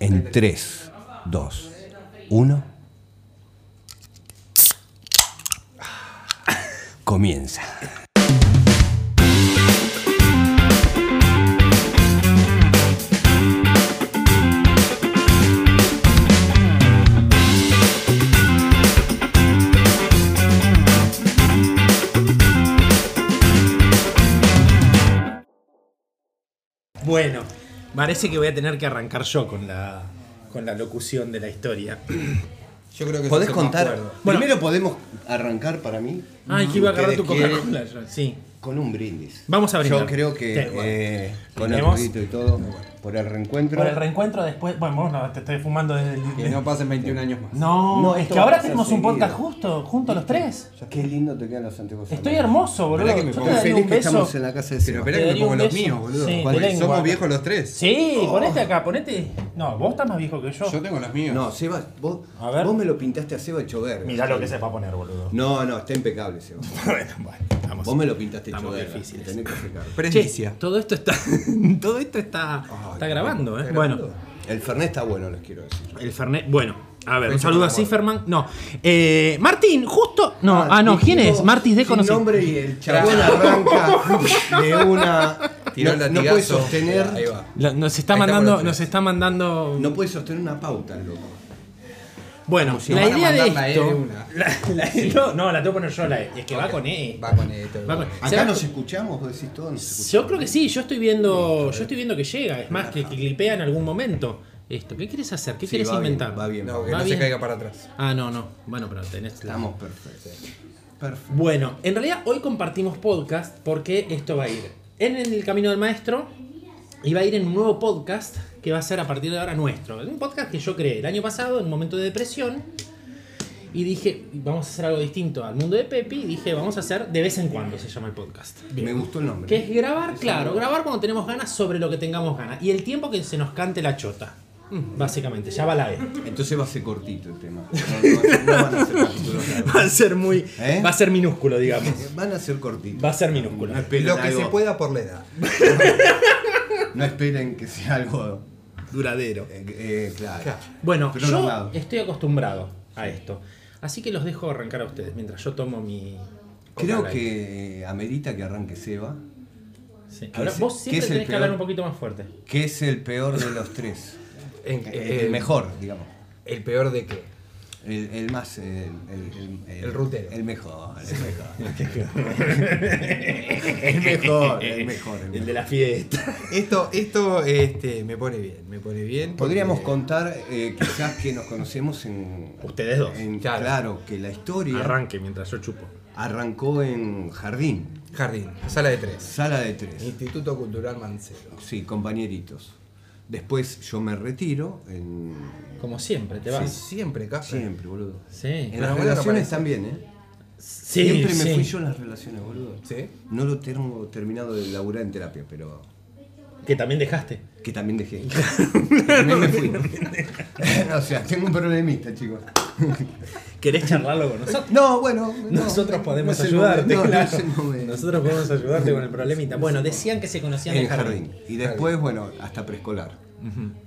en 3, 2, 1. Comienza. Bueno, parece que voy a tener que arrancar yo con la, con la locución de la historia. Yo creo que ¿Podés eso me contar? acuerdo. Bueno. Primero podemos arrancar para mí Ay, que iba a agarrar tu ¿Ustedes Coca-Cola. yo. Sí. con un brindis. Vamos a brindar. Yo creo que Sí, bueno. eh, con el Brindemos. ruidito y todo, por el reencuentro. Por el reencuentro después. Bueno, vos no, te estoy fumando desde el. Que no pasen 21 años más. No, No, es esto que va a ahora pasar tenemos un seguido. podcast justo, junto a los tres. Qué lindo te quedan los anteojos. Estoy amigos. hermoso, boludo. Verdad que me Yo pongo te Estoy daría feliz un que beso. estamos en la casa de Pero Seba. esperá Te que me daría pongo un los beso. míos, boludo. Sí, Porque de lengua. somos viejos los tres. Sí, Oh. ponete acá, ponete. No, vos estás más viejo que yo. Yo tengo los míos. No, Seba, vos, A ver. vos me lo pintaste a Seba hecho verga. Mirá lo que se va a poner, boludo. No, no, está impecable, Seba. bueno, bueno, vamos. Vos me lo pintaste hecho Estamos verga. difíciles. Tenés que hacer cargo. Che, Presencia. todo esto está. todo esto está. está grabando, ¿eh? ¿Está Bueno. grabando? El Fernet está bueno, les quiero decir. El Fernet. Bueno, a ver, un Fecha saludo a para guardar. Ciferman. No. Eh, Martín, justo. No, ah, no, ¿quién es? Martín, de Sin conocer. nombre y el chabón arranca de una. Tiró no, el no puede latigazo. sostener. Ahí va. La- Nos está Ahí está mandando. por atrás. nos está mandando. No puede sostener una pauta, el loco. Bueno, si la van a idea de mandar la E esto. de una. La- la E, no, no, la tengo que poner yo la E. Es que va con E. Va con esto. Va con- ¿Será Acá nos que- escuchamos, vos decís todo, nos escuchamos. Yo creo que sí, yo estoy viendo. Yo estoy viendo que llega. Es más, que, que clipea en algún momento. Esto, ¿qué quieres hacer? ¿Qué Sí, quieres va bien, inventar? va bien. No, que Va no bien. se caiga para atrás. Ah, no, no. Bueno, pero tenés la- Estamos perfectos. Perfecto. Bueno, en realidad hoy compartimos podcast porque esto va a ir en el camino del maestro y va a ir en un nuevo podcast que va a ser a partir de ahora nuestro. Un podcast que yo creé el año pasado en un momento de depresión y dije, vamos a hacer algo distinto al mundo de Pepi y dije, vamos a hacer de vez en cuando se llama el podcast. Me gustó el nombre. Que es grabar, claro, grabar cuando tenemos ganas sobre lo que tengamos ganas y el tiempo que se nos cante la chota. Mm, Básicamente, ya va la E. Entonces va a ser cortito el tema. No, no van a ser capítulos largos. Va a ser muy. ¿Eh? Va a ser minúsculo, digamos. Van a ser cortitos. Va a ser minúsculo. No esperen, Lo que algo- se pueda por la edad. no esperen que sea algo. Duradero. eh, eh, claro. Claro. Bueno, Pero yo nombrado. estoy acostumbrado a esto. Así que los dejo arrancar a ustedes mientras yo tomo mi. Creo Coca Light. que amerita que arranque Seba, Sí. que Ahora, es- vos que siempre es el tenés que hablar un peor. poquito más fuerte. que es el peor de los tres. En- Eh, el mejor, digamos. ¿El peor de qué? El, el más. El, el, El rutero. El mejor, el mejor. el mejor, el mejor. el El mejor. de la fiesta. Esto, esto este, me pone bien, me pone bien. Podríamos porque- contar, eh, quizás que nos conocemos en. Ustedes dos. en- claro. Claro. que la historia Arranque mientras yo chupo. arrancó en Jardín, Jardín, sala de tres. sala de tres. Instituto Cultural Mancero. Sí, compañeritos. Después yo me retiro en. Como siempre, te Sí, vas. siempre, casi. Ah. Siempre, boludo. Sí. En Pero las bueno, relaciones aparece. también, ¿eh? Sí, Siempre me sí. fui yo en las relaciones, boludo. ¿Sí? No lo tengo terminado de laburar en terapia, pero. Que también dejaste. Que también dejé. Que también me fui. o sea, tengo un problemista, chicos. ¿Querés charlarlo con nosotros? No, bueno. no, Nosotros no podemos es el momento, ayudarte, no, no claro. es el momento. Nosotros podemos ayudarte con el problemita. Bueno, decían que se conocían en jardín. Y después, bueno, hasta preescolar.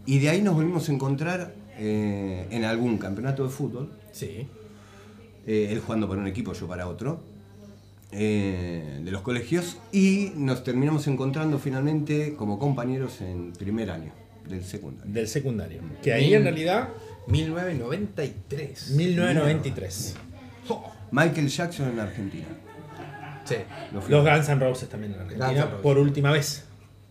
Y de ahí nos volvimos a encontrar eh, en algún campeonato de fútbol. Sí. eh, él jugando para un equipo, yo para otro, eh, de los colegios, y nos terminamos encontrando finalmente como compañeros en primer año del secundario. Del secundario. Que ahí en realidad. 1993. 1993. Oh, Michael Jackson en Argentina. Sí. Lo fui- Los Guns N' Roses también en Guns N' Argentina, Roses. por última vez.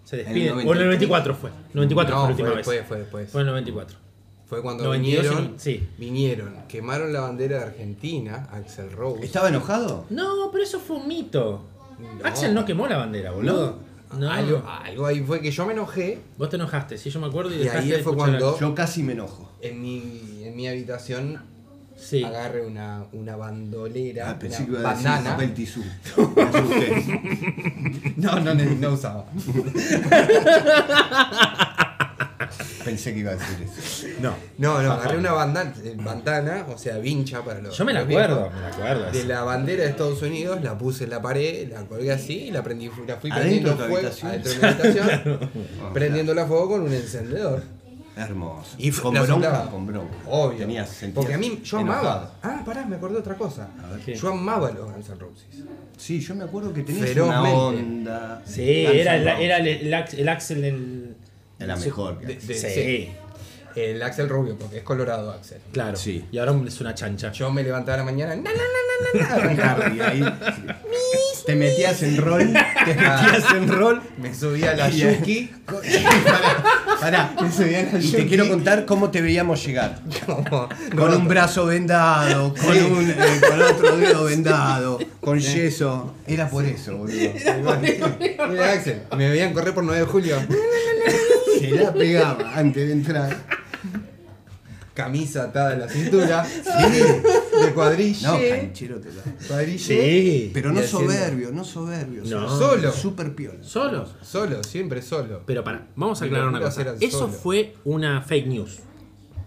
Se despiden. En el o en el 94 fue. 94 No, fue la última fue vez. después, fue después. Fue en el 94. Fue cuando 92 y vinieron, no- sí. vinieron, quemaron la bandera de Argentina, Axel Rose. ¿Estaba enojado? No, pero eso fue un mito. No. Ah, Axel no quemó la bandera, boludo. No. Algo, algo ahí fue que yo me enojé. Vos te enojaste, sí, yo me acuerdo. Y, Y dejaste ahí de fue escuchar a- cuando- Yo casi me enojo. En mi, en mi habitación Sí. agarré una, una bandolera, Al principio una Ah, iba a decir bandana. papel tisú. Me asusté. No, no, ne- no usaba. Pensé que iba a decir eso. No. No, no, agarré una bandana, bandana, o sea, vincha para los. Yo me la los viejos, acuerdo, me la acuerdo. De la bandera de Estados Unidos, la puse en la pared, la colgué así y la prendí, la ¿Adentro fui prendiendo de tu fuego habitación? Ah, adentro de mi habitación, prendiéndola a fuego con un encendedor. Hermoso. Y con la bronca, soltaba. con bronca. Obvio. Tenías sentías Porque a mí, yo enojado. amaba. Ah, pará, me acordé otra cosa. A ver. ¿Qué? Yo amaba los Guns N' Roses. Sí, yo me acuerdo que tenías Ferozmente. una onda. Sí, Guns era, N' la- Roses. era el, el ax- el Axel del. Era sí. mejor. que De- Axel. de- sí, sí. El Axel Rubio, porque es colorado Axel. claro. Sí. Y ahora es una chancha. Yo me levantaba a la mañana. Na, na, na, na, na, na, Claro, y ahí te metías en rol, te metías en rol. Me subía a la Y- Yuki. Pará, y te quiero contar cómo te veíamos llegar. como Con roto. un brazo vendado, con, un, eh, con otro dedo vendado, con yeso. Era por eso, boludo. Mira, Axel, me veían correr por 9 de julio. Se la pegaba antes de entrar. Camisa atada a la cintura. De cuadrilla. No, canchero te la. cuadrille. Sí. Pero no Y haciendo- soberbio, no soberbio. No. Solo. Super piola. Solos. Solo, siempre solo. Pero para, vamos a aclarar una Mira, cosa. eran Eso solo. fue una fake news.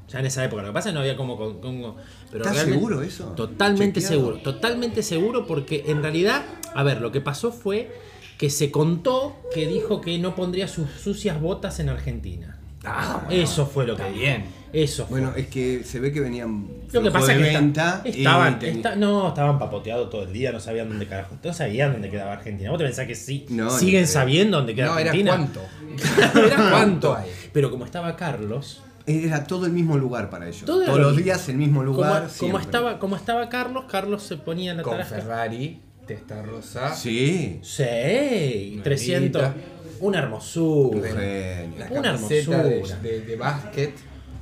Ya en esa época. Lo que pasa es que no había como. con- con- pero ¿Estás realmente- seguro de eso? Totalmente Chequeado. seguro. Totalmente seguro porque en realidad. A ver, lo que pasó fue que se contó que dijo que no pondría sus sucias botas en Argentina. Ah, eso fue lo que dijo. bien. Eso fue. Bueno, es que se ve que venían. Lo que flojo pasa de es que esta- venta y estaban, teni- esta- no, estaban papoteados todo el día, no sabían dónde carajo, no sabían dónde quedaba Argentina. ¿Vos te pensás que sí? No, ni siguen creo. sabiendo dónde queda No, era Argentina? cuánto. era cuánto. Cuánto. Pero como estaba Carlos, Era todo el mismo lugar para ellos. Todo era Todos lo los mismo. días el mismo como, lugar. como siempre. estaba, como estaba Carlos, Carlos se ponía en la Con tarasca. Ferrari, testa rosa. Sí. Sí, 300. Una hermosura. Bueno, Genio. La Una camiseta de, hermosura. de, de básquet.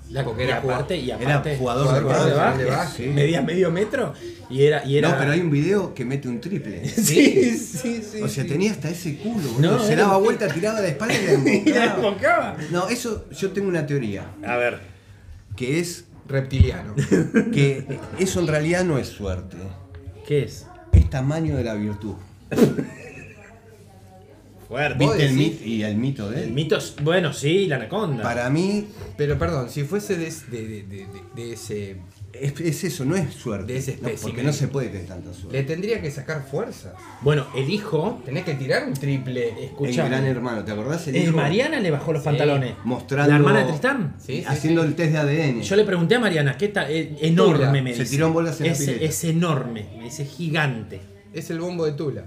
La Porque era aparte, y aparte, Era jugador de jugador básquet. de básquet, de básquet. medía medio metro y era... Y era No, pero hay un video que mete un triple. Sí, sí, sí. O sea, sí. tenía hasta ese culo, boludo. No, se era- daba vuelta, tiraba de espalda y la Y la embocaba. desbocaba. No, eso, yo tengo una teoría, A ver. que es Reptiliano. que eso en realidad no es suerte, ¿Qué es? es tamaño de la virtud. Fuerte. ¿Vos ¿Viste el decís? mito y el mito de El él? mito es, bueno, sí, la anaconda. Para mí Pero perdón, si fuese de, es- de- de- de- de- de ese. es, es eso, no es suerte. De ese No, porque espécimen. no se puede tener tanta Le suerte. tendría que sacar fuerzas. Bueno, el hijo, Tenés que tirar un triple. En escuchame, Gran Hermano, ¿te acordás? El eh, hijo Mariana le bajó los Sí. pantalones. Mostrando- La hermana de Tristán. Sí, sí, haciendo el test de ADN. Yo le pregunté a Mariana, ¿qué tal? Eh, enorme, Tula. me Se dice. tiró en bolas en la es, pileta. es enorme, me dice gigante. Es el bombo de Tula.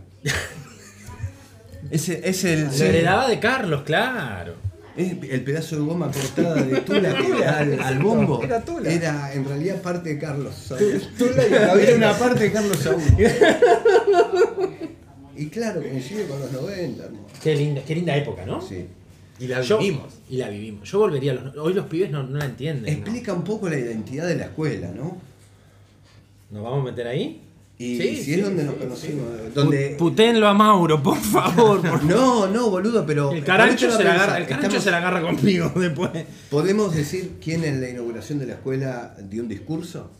Ese es el, Se heredaba de Carlos, claro. es el pedazo de goma cortada de tula que le da al, al bombo. Era tula. Era en realidad parte de Carlos Saúl. Tula y Era una parte de Carlos Saúl. Y claro, coincide con los 90, hermano. Qué linda, qué linda época, ¿no? Sí. Y la Yo- vivimos. y la vivimos. Yo volvería a los. Hoy los pibes no, no la entienden. ¿no? Explica un poco la identidad de la escuela, ¿no? ¿Nos vamos a meter ahí? Y Sí, si sí, es donde nos conocimos. Donde... Puténlo a Mauro, por favor. por- No, no, boludo, pero. El carancho, ponete a se la, pensar, agarra, el carancho estamos- se la agarra conmigo después. ¿Podemos decir quién en la inauguración de la escuela dio un discurso?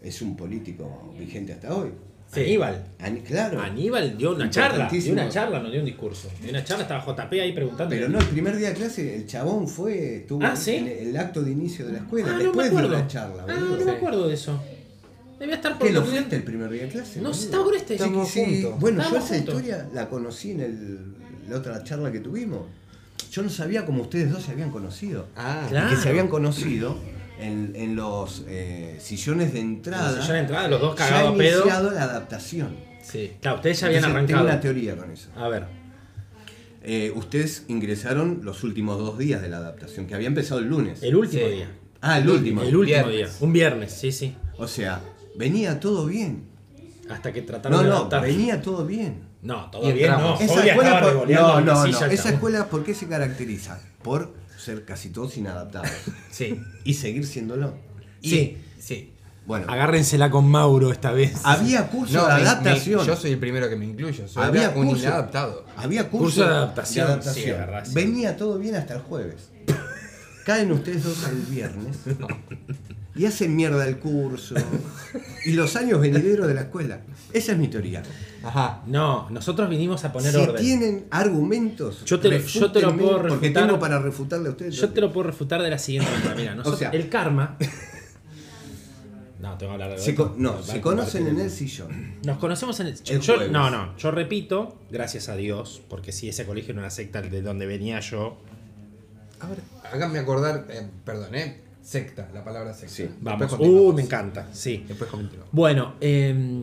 Es un político vigente hasta hoy. Sí. Aníbal. Ani- claro. Aníbal dio una charla, dio Importantísimo. una charla, no dio un discurso. Dio una charla, estaba JP ahí preguntando. Pero no, el primer día de clase el chabón fue, tuvo Ah, ¿sí? el, el acto de inicio de la Ah, escuela, no me después de acuerdo. la charla, ah, boludo. no me acuerdo de eso. Debía estar por ¿Qué lo otro día. fuiste el primer día de clase? No, boludo? estaba con este. Estamos Sí, sí. juntos. Bueno, Estábamos yo esa juntos. historia la conocí en el- la otra charla que tuvimos. Yo no sabía cómo ustedes dos se habían conocido. Ah, Claro. Que se habían conocido en, en los eh, sillones de entrada. Los sillones de entrada, los dos Ya cagados a pedo. iniciado la adaptación. Sí. Claro, ustedes ya habían Entonces, Tengo una arrancado. teoría con eso. A ver. Eh, ustedes ingresaron los últimos dos días de la adaptación, que había empezado el lunes. El último Sí. día. ah, el último. El último día. Viernes. Un viernes, sí, sí. O sea, venía todo bien. Hasta que trataron No, de no, adaptar. venía todo bien. No, Y todo bien, no. entramos. Julia estaba por- revoleando no, en no, la no. silla, Esa chabón. escuela, ¿por qué se caracteriza? Por ser casi todos inadaptados Sí. y seguir siéndolo. y- Sí. Sí. Bueno, Agárrensela con Mauro esta vez. había curso de me- me- adaptación. yo soy el primero que me incluyo. Soy había un curso, inadaptado. Había curso, Curso de adaptación, sí, es verdad, sí. Venía todo bien hasta el jueves. Caen ustedes dos el viernes y hacen mierda el curso y los años venideros de la escuela. Esa es mi teoría. Ajá. No, nosotros vinimos a poner si orden. tienen argumentos, Yo te lo- yo te lo refútenme, puedo Porque refutar. tengo para refutarle a ustedes. Yo te lo puedo refutar de la siguiente manera. Mira, nosotros, sea- el karma. No, tengo que hablar de Se otro. co- no, Va se a conocen en compartir. el sillón. Nos conocemos en el. El yo- jueves. no, no, yo repito, gracias a Dios, porque si ese colegio no era una secta de donde venía yo, Ahora, háganme acordar, eh, perdón, ¿eh? Secta, la palabra secta. Sí. Después Vamos. continuamos. Uy, me encanta. Sí. Después continuamos. Bueno, eh,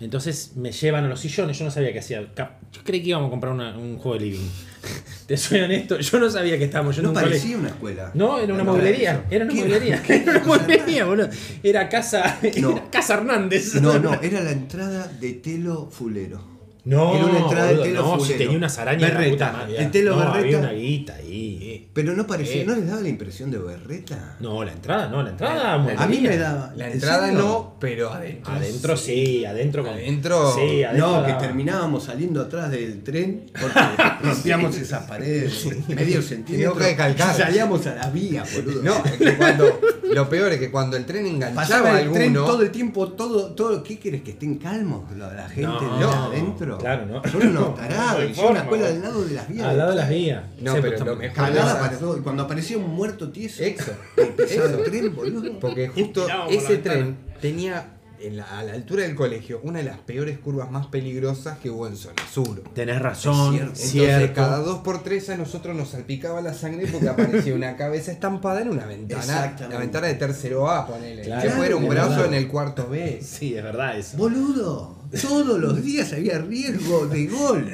entonces me llevan a los sillones. Yo no sabía que hacía. cap- Yo creí que íbamos a comprar una- un juego de living. Te soy honesto, yo no sabía que estábamos. Yo No nunca le- parecía una escuela. No, era una No, mueblería. eso. Era una ¿Qué? mueblería. Era una cosa mueblería, boludo. Era casa. No. Era casa Hernández. No, no, era la entrada de Telo Fulero. No, Era una entrada de boludo, telo no, si fulero. tenía unas arañas de la Berreta. puta madre. El telo no, había berreta. una guita ahí. eh. Pero no parecía, Eh. ¿no les daba la impresión de berreta? No, la entrada, no, la entrada. A mí molería. me daba. La ¿En entrada serio? Ah. no, pero adentro. Adentro sí, adentro con. Adentro- Sí, adentro. No, que daba. terminábamos saliendo atrás del tren porque rompíamos esas paredes de medio centímetro. que calcar. y Salíamos a la vía, boludo. No, es que cuando, lo peor es que cuando el tren enganchaba pasaba a el tren alguno, todo el tiempo, todo, todo. ¿Qué quieres que estén calmos la, la gente No, de no, adentro? claro, no. Son No, unos tarados. no hay y yo en forma, la escuela boludo. al lado de las vías. Al lado de las vías. No, Sí, pero pues, lo también. mejor- Jalada para todo. Y cuando aparecía un muerto tieso, Eso, empezaba el eso. tren, boludo. porque justo Tirábamos por la ese ventana. tren tenía en la- a la altura del colegio una de las peores curvas más peligrosas que hubo en zona sur. Tenés razón, Es cierto. Entonces, cada dos por tres a nosotros nos salpicaba la sangre porque aparecía una cabeza estampada en una ventana. Exactamente. La ventana de tercero A, ponele. Claro, que fuera un es brazo verdad. en el cuarto B. Sí, es verdad eso. Boludo, todos los días había riesgo de gol.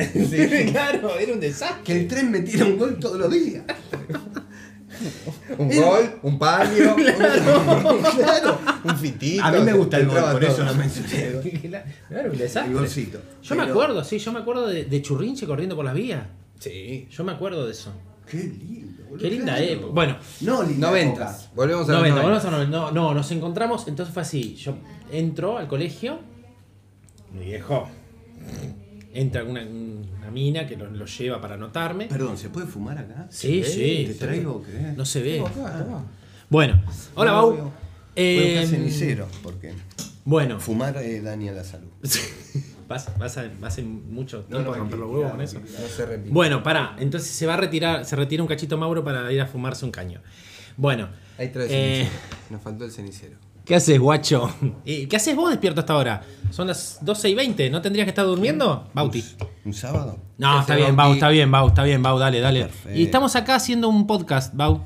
claro, era un desastre. Que el tren metiera un gol todos los días. Un gol, un palio, un, Claro. un fitito. A mí me gusta el gol, entraba por todo. eso lo mencioné. Claro, un desastre. El golcito. Yo me Pero- acuerdo, sí, yo me acuerdo de, de Churrinche corriendo por las vías. Sí. Yo me acuerdo de eso. Qué lindo, boludo. Qué linda Claro. época. Bueno, No, linda Noventas. época. Volvemos a los 90, noventas. volvemos a 90. No, no, nos encontramos, entonces fue así. Yo entro al colegio. Mi viejo. Entra una, una mina que lo, lo lleva para anotarme. Perdón, ¿se puede fumar acá? Sí, ¿Se sí, ve? ¿Te sí. traigo? ¿Querés? No se ve. Acá, acá. Bueno, hola No, Bau. veo. Voy a Eh, buscar cenicero, porque bueno, fumar eh, daña la salud. vas, vas, a, vas a mucho tiempo a romper tranquilo, los huevos con eso. tranquilo. Ah, No se repite. Bueno, pará, entonces se va a retirar, se retira un cachito Mauro para ir a fumarse un caño. Bueno, Ahí trae el eh, cenicero. Nos faltó el cenicero. ¿qué haces, guacho? Eh, ¿Qué haces vos despierto hasta ahora? Son las 12 y 20, ¿no tendrías que estar durmiendo? Bauti. ¿Un sábado? No, ¿Qué está hace, bien, Bauti? Bau, está bien, Bau, está bien, Bau, dale, dale. Perfecto. Y estamos acá haciendo un podcast, Bau.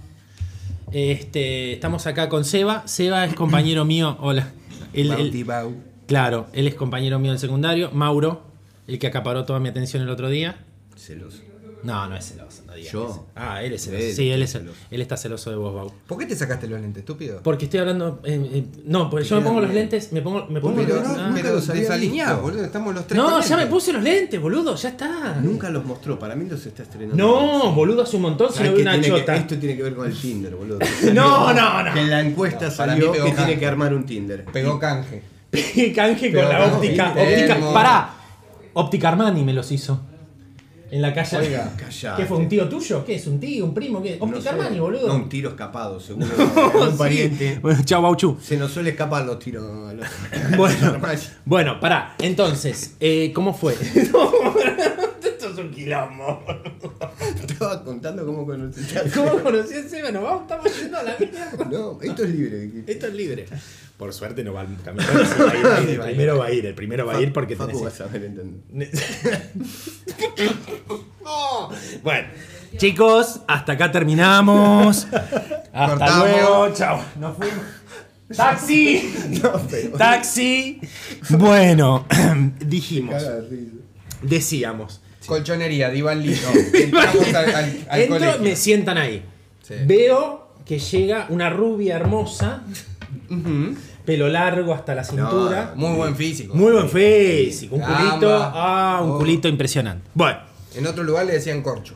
Este, estamos acá con Seba. Seba es compañero mío, hola. El- el- Bauti Bau. claro, él es compañero mío del secundario. Mauro, el que acaparó toda mi atención el otro día. Celoso. No, no es celoso. No digas ¿Yo? eso. Ah, él es celoso. Él sí, él, es está celoso. celoso. él está celoso de vos, Bau. ¿Por qué te sacaste los lentes, estúpido? Porque estoy hablando. eh, eh, no, porque yo me quedan pongo los bien. lentes. Me pongo. Me Vos pongo mirá, no, los- ah. nunca Pero los había desalineados, visto. boludo. Estamos los tres. No, con ya me lentes. puse los lentes, boludo. Ya está. Nunca los mostró, para mí los está estrenando. No, boludo, hace un montón si ¿Sabés no vi qué una tiene que- chota. esto tiene que ver con el Tinder, boludo. No, no, no. Que en la encuesta para mí salió pegó que canje. tiene que armar un Tinder. Pegó canje. Canje Pero con la vamos, óptica. viste, Óptica. Elmo. Pará. Óptica Armani me los hizo. En la calle. Oiga, callate. ¿Qué fue? ¿Un tío tuyo? ¿Qué es? ¿Un tío? ¿Un primo? ¿Qué? Óptica No sé. Armani, boludo. No, un tiro escapado, seguro. un pariente. Bueno, chao, Bauchu. Se nos suele escapar los tiros. a los- Bueno, Armani. bueno, pará. Entonces, eh, ¿cómo fue? Esto es un quilombo. Estaba contando cómo conocí a- ¿Cómo conocí a Seba? Nos vamos, estamos yendo a la mierda. No, esto es libre. Esto es libre. Por suerte no va al camino. va a ir, va a ir, El primero va a ir, el primero va a ir porque Facu tenés- va a saber entender. Oh, Bueno, chicos, hasta acá terminamos. Hasta Cortamos. luego, chao. Nos fuimos. ¡Taxi! pero- ¡Taxi! Bueno, dijimos, Caga de risa. decíamos. Colchonería, Divan Lino. Entramos al, al, al Entro, colegio. me sientan ahí. Sí. Veo que llega una rubia hermosa, Ujú. pelo largo hasta la cintura. Muy buen físico. Muy buen físico, un Gamba. culito. Ah, un Oh. culito impresionante. Bueno. En otro lugar le decían corcho.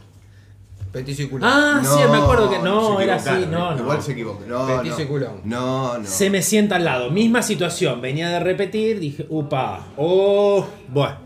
Petiso y culón. Ah, sí, me acuerdo que. No, se era así, equivocaron, no, no. Igual se equivocó. No, Petiso y no. culón. No, no. Se me sienta al lado, misma situación, venía de repetir, dije, upa, oh, bueno.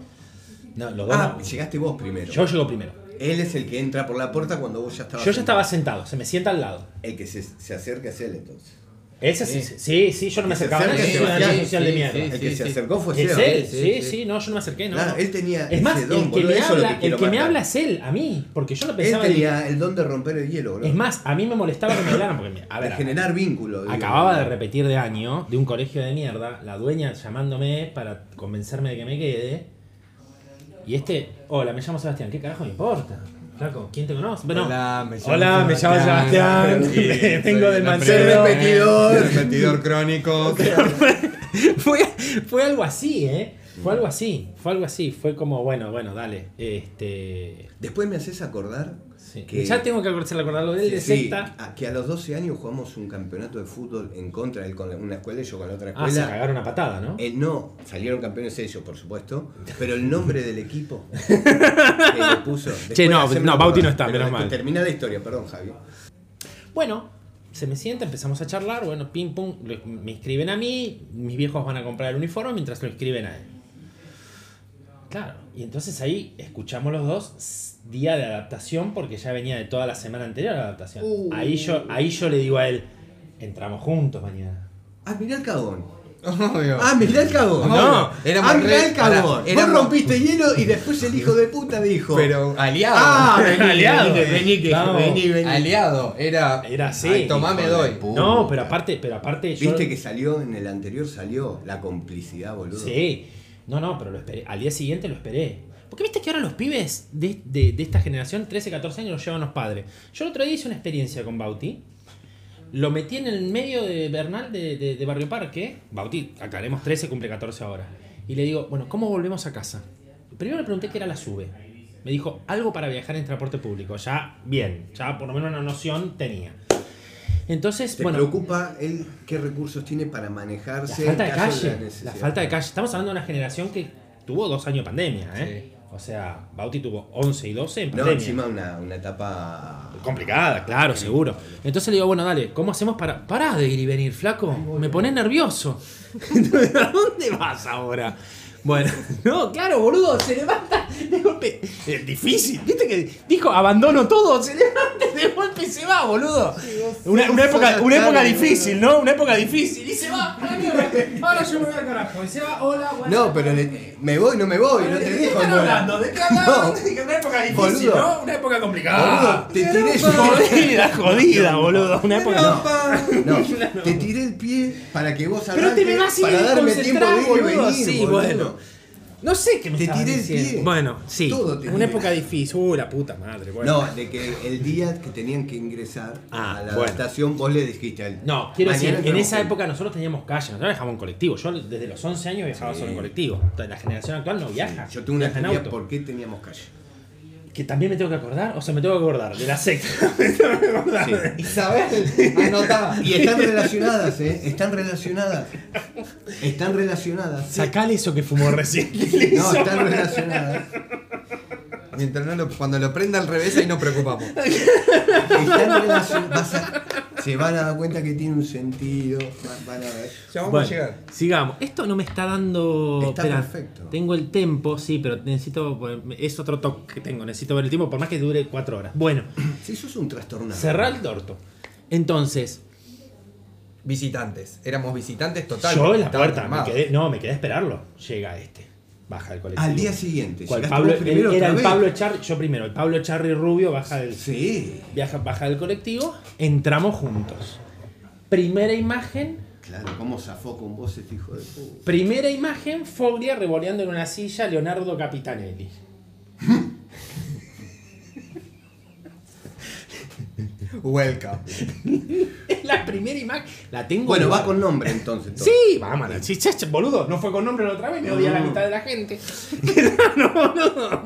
No, los dos Ah, no. llegaste vos primero. Yo llego primero. Él es el que entra por la puerta cuando vos ya estabas. Yo ya sentado. estaba sentado, se me sienta al lado. El que se, se acerca es él entonces. Ese sí, sí, sí, yo no me Que se acercaba, acerque yo soy una Sebastián, red social de sí, mierda. El Sí, que sí, se sí. acercó fue ¿Es Seba. él? sí, Sí, sí. sí, no, yo no me acerqué, no. Claro, no. él tenía es más, ese don, el que, boludo, me eso es lo que habla, el quiero que me marcar. habla es él, a mí, porque yo no Él pensaba en- Este tenía el don de romper el hielo, boludo. Es más, a mí me molestaba que me hablaran porque, me- a de ver, generar vínculo. digo. Acababa de repetir de año de un colegio de mierda, la dueña llamándome para convencerme de que me quede. Y este, hola, me llamo Sebastián, ¿qué carajo me importa? Flaco, ¿quién te conoce? Bueno, Hola, me llamo hola, me llamo Sebastián. Sebastián. Sí, Vengo soy del la Mancero. primera- Repetidor. Repetidor crónico. fue, fue algo así, ¿eh? Fue algo así, fue algo así. Fue como, bueno, bueno, dale. Este. Después me haces acordar sí. que. Ya tengo que acordarse acordarlo de él de Sí, secta. a- que a los 12 años jugamos un campeonato de fútbol en contra, él con la- una escuela y yo con la otra Ah, se escuela. cagaron una patada, ¿no? Eh, no, salieron campeones ellos, por supuesto, pero el nombre del equipo que le puso. Che, no, haceme no, acordar, Bauti no está, pero menos mal. Termina la historia, perdón, Javi. Bueno, se me sienta, empezamos a charlar, bueno, pim pum, lo- me inscriben a mí, mis viejos van a comprar el uniforme mientras lo inscriben a él. Claro, y entonces ahí escuchamos los dos s- día de adaptación porque ya venía de toda la semana anterior la adaptación. Uh. Ahí, yo, ahí yo le digo a él, entramos juntos mañana. Ah, mirá el cagón. Obvio. Ah, mirá el cagón. No, éramos ah, mirá re- el cagón. Pará, éramos- Vos rompiste hielo y después el hijo de puta dijo. Pero aliado. Ah, vení, Aliado. vení, vení, que- Vamos. vení, vení. aliado. Era. Era así. Ay, tomá, me Hijo de doy. puta. no, pero aparte, pero aparte yo... Viste que salió en el anterior, salió la complicidad, boludo. Sí. No, no, pero lo esperé. Al día siguiente lo esperé. Porque viste que ahora los pibes de, de- de esta generación, 13, 14 años, los llevan los padres. Yo el otro día hice una experiencia con Bauti. Lo metí en el medio de Bernal de, de- de Barrio Parque. Bauti, aclaremos 13, cumple 14 ahora. Y le digo, bueno, ¿cómo volvemos a casa? Primero le pregunté qué era la sube. Me dijo, algo para viajar en transporte público. Ya, bien. Ya por lo menos una noción tenía. Entonces, ¿Te bueno. preocupa el qué recursos tiene para La manejarse? falta de en caso calle. La, necesidad? falta de calle. Estamos hablando de una generación que tuvo dos años de pandemia, ¿eh? Sí. O sea, Bauti tuvo 11 y 12 en No, pandemia. encima una, una etapa. Complicada, claro, seguro. Entonces le digo, bueno, dale, ¿cómo hacemos para. Pará de ir y venir, flaco. Me pones nervioso. Entonces, ¿A dónde vas ahora? Bueno, no, claro, boludo, se levanta de golpe. Es difícil, viste que dijo abandono todo, se levanta de golpe y se va, boludo. Una, una época, una época difícil, ¿no? Una época difícil. Y se va, a la mierda. Ahora yo me voy al carajo. Y se va, hola, buenas No, pero le- me voy, no me voy, no te dejo. están no. hablando? ¿De qué hablaban? Dije que Una época difícil, Boludo. ¿no? Una época Boludo, complicada. te tiré Jodida, jodida, boludo. Una época. No. No, te tiré el pie para que vos Pero te me vas a ir para darme tiempo de desconcentrado, ir y boludo. venir, sí, boludo. bueno. No sé qué me Te estabas tiré el diciendo. pie. Bueno, sí. Todo te Una tiré. época difícil. Uh, la puta madre. Bueno. No, de que el día que tenían que ingresar Ah, a la bueno. adaptación, vos le dijiste al. No, quiero mañana decir, en entramos esa juntos. época nosotros teníamos calle, nosotros viajábamos en colectivo. Yo desde los 11 años viajaba solo en colectivo. La generación actual no viaja. Yo tengo una viaja en teoría auto. por qué teníamos calle. Que también me tengo que acordar, o sea, me tengo que acordar de la secta. me tengo que acordar. de- Isabel, anotá. Y están relacionadas, ¿eh? Están relacionadas. Están relacionadas. Sacale eso que fumó recién. No, están relacionadas. Mientras no lo, cuando lo prenda al revés, ahí nos preocupamos. Están relacionadas. se van a dar cuenta que tiene un sentido. va- Van a ver. Ya vamos Bueno, a llegar. Sigamos. Esto no me está dando. Está perfecto. Tengo el tempo, sí, pero necesito. pues, Es otro toque que tengo. Necesito ver el tiempo, por más que dure cuatro horas. Bueno, Si sos un trastornado. cerrar el torto. Entonces, Visitantes. Éramos visitantes total. yo en la Estaban puerta. Me armados. quedé, no, me quedé a esperarlo. Llega este. Baja del colectivo. Al día siguiente. Cual llegaste Pablo, vos primero el- era otra el vez. Pablo Charri. Yo primero, el Pablo Charri Rubio baja del. Sí, Viaja, baja del colectivo. Entramos juntos. Primera imagen. claro, cómo zafó con vos este hijo de puta. Primera imagen, Foglia revoleando en una silla Leonardo Capitanelli. Welcome. Es la primera imagen. La tengo. Bueno, guardada. va con nombre entonces. todo. Sí, vamos, la chichacha, boludo. No fue con nombre la otra vez, me odia a la mitad de la gente. no, boludo.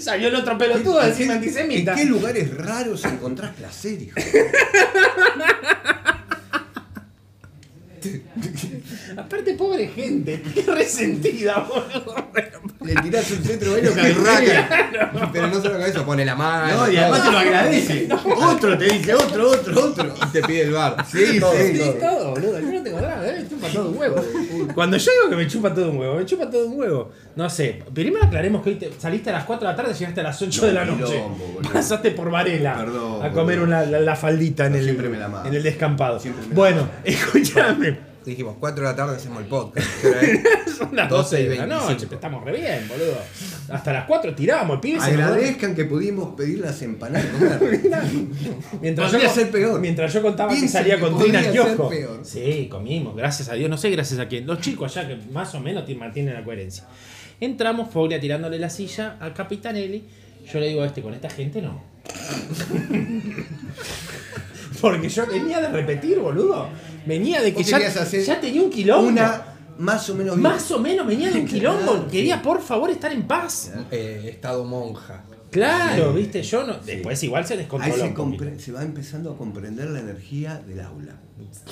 Salió el otro pelotudo ¿En encima qué- antisemita. ¿En qué lugares raros encontrás placer, hijo? Aparte, pobre gente. Qué resentida, boludo. Le tirás un centro bueno que Raca. Pero no solo con eso, pone la mano. No, y además te lo agradece. Otro te dice, otro, otro, otro. Y te pide el bar. Sí, Todo. sí. Sí, todo, boludo. Yo no tengo nada, eh. Me chupa todo un huevo. Cuando yo digo que me chupa todo un huevo, me chupa todo un huevo. No sé, primero aclaremos que hoy te- saliste a las 4 de la tarde y llegaste a las 8 No, de la quilombo, noche. boludo. Pasaste por Varela Perdón, a comer boludo. una, la, la faldita en, No, el, siempre me la mama. en el descampado. Siempre me la Bueno, escúchame. Dijimos, 4 de la tarde hacemos el podcast. Pero, eh, Son las 12 12 y de la noche, 25. pero estamos re bien, boludo. Hasta las 4 tiramos, el pibe se nos duerme. Agradezcan que pudimos pedir las empanadas. comer. Mientras Podría con- ser peor. Mientras yo contaba que Piensen salía que con Tina al podría kiosco. ser peor. Sí, comimos, gracias a Dios. No sé gracias a quién. Los chicos allá que más o menos ti- mantienen la coherencia. Entramos, Foglia tirándole la silla a Capitanelli. Yo le digo a este, con esta gente no. Porque yo venía de repetir, boludo. Venía de que Vos ya, querías hacer ya tenía un quilombo. Una más o menos. bien. Más o menos venía de un quilombo. Quería, por favor, estar en paz. Eh, estado monja. Claro, viste, yo no. Después igual se Ahí descontroló. se, un poquito. compre- se va empezando a comprender la energía del aula.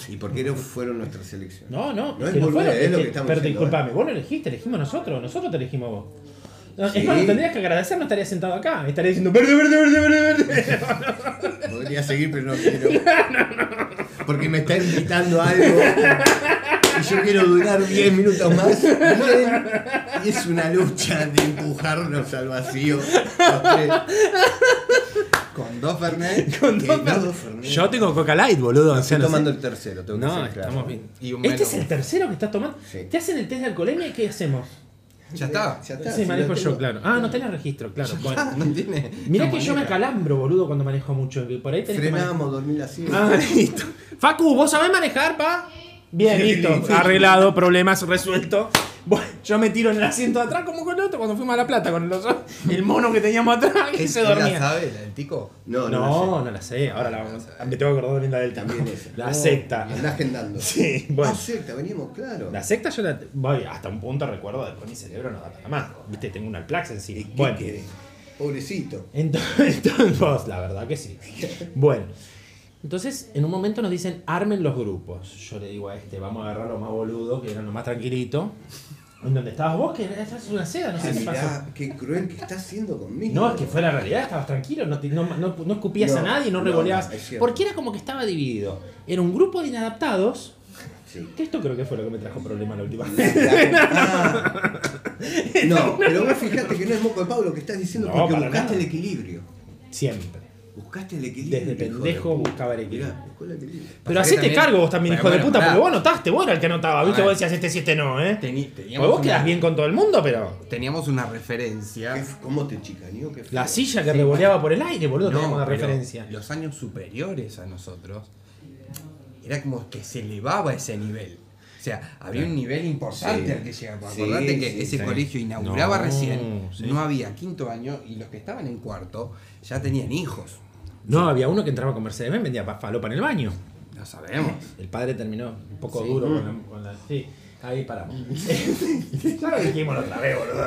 Y por qué no fueron nuestras elecciones. No, no, No es que no boludez, fueron, es lo que- que estamos diciendo, Pero eh. disculpame, vos lo elegiste, elegimos nosotros, nosotros te elegimos vos. No, Sí. Es más, tendrías que agradecer, no estarías sentado acá, estaría diciendo verde, verde, verde, verde, verde. Podría seguir, pero no quiero. Porque me está invitando a algo. Y yo quiero durar 10 minutos más. Bien. Y es una lucha de empujarnos al vacío. los tres. Con dos Fernet. Con que dos no Fernet. dos Fernet. Yo tengo Coca Light, boludo. Estoy tomando el tercero. tengo que No, ser claro. estamos bien. Y un este es menos. el tercero que estás tomando. Sí. Te hacen el test de alcoholemia y ¿qué hacemos? Ya está. Ya está, sí, si manejo lo yo, tengo. claro. Ah, no tenés registro, claro. Bueno. No tiene. Mirá no que yo me maneja. acalambro, boludo, cuando manejo mucho. que Por ahí tenés que manejar. Frenamos, dormir así. Ah, listo. Facu, ¿vos sabés manejar, pa? Bien, listo. Arreglado, problemas resuelto. Bueno, yo me tiro en el asiento de atrás como con el otro cuando fuimos a La Plata con el, otro- el mono que teníamos atrás que se ¿Él la dormía. sabe, la del tico? No, no. lo sé. No, no la sé. Ahora la vamos a... Me tengo que acordar bien la del también. También esa. La No, secta. La agendando. Sí, bueno. Ah, secta, venimos, claro. La secta yo la... voy, hasta un punto recuerdo, después mi cerebro no da para más. Viste, tengo una plaxa ¿Y encima. qué Bueno. querés? Pobrecito. Entonces, entonces, vos, la verdad que sí. Bueno, entonces en un momento nos dicen armen los grupos. Yo le digo a este, vamos a agarrar lo más boludo, que era lo más tranquilito. En donde estabas vos, que esa es una seda, no Ah, sé qué pasó. mirá, qué cruel que estás haciendo conmigo. No, es que fue la realidad, estabas tranquilo, no, te- no, no- no escupías No, a nadie, no no, revoleabas. no, es cierto. porque era como que estaba dividido. Era un grupo de inadaptados, Sí. que esto creo que fue lo que me trajo problema la última vez. Ah. No, pero vos fijate que no es moco de pavo lo que estás diciendo No, porque para buscaste nada. el equilibrio. Siempre. Buscaste el equilibrio. Desde hijo de pendejo puta. buscaba el equilibrio. Mirá, buscó el equilibrio. Pero Pasa que hacete también- cargo vos también, Pero hijo de bueno, puta, pará. porque vos notaste, vos eras el que anotaba, viste, A ver. vos decías este 7 no, ¿eh? Teni- Pues teníamos vos una- quedás bien con todo el mundo, pero. Teníamos una referencia. ¿Qué- ¿Cómo te chicaneó? Qué feo. La silla que revoleaba por el aire, boludo, No, teníamos de pero referencia. Los años superiores a nosotros, era como que se elevaba ese nivel. O sea, había un nivel importante Sí. al que llegaba. Sí, Acordate que sí, ese sí. colegio inauguraba No, recién, sí. no había quinto año y los que estaban en cuarto ya tenían hijos. No, había uno que entraba con Mercedes Benz, vendía pa- falopa en el baño. Lo sabemos. El padre terminó un poco Sí. duro con la, con la- Sí, ahí paramos. ya lo dijimos la otra vez, boludo.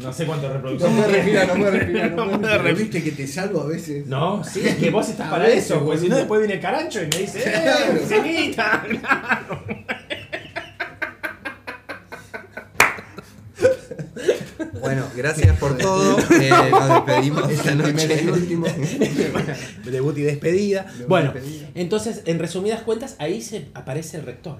No sé cuánto No reproducción. me respira, no me respira, No no puede me respira. respirar. Viste que te salvo a veces. No, sí, es que vos estás A para veces, eso, porque si no boludo. después viene el carancho y me dice, Claro. ¡eh, cenita! Bueno, gracias por todo. Eh, nos despedimos Es esta el primero y noche. último. Debut y despedida. Debut y bueno, despedida. entonces, en resumidas cuentas, ahí se aparece el rector.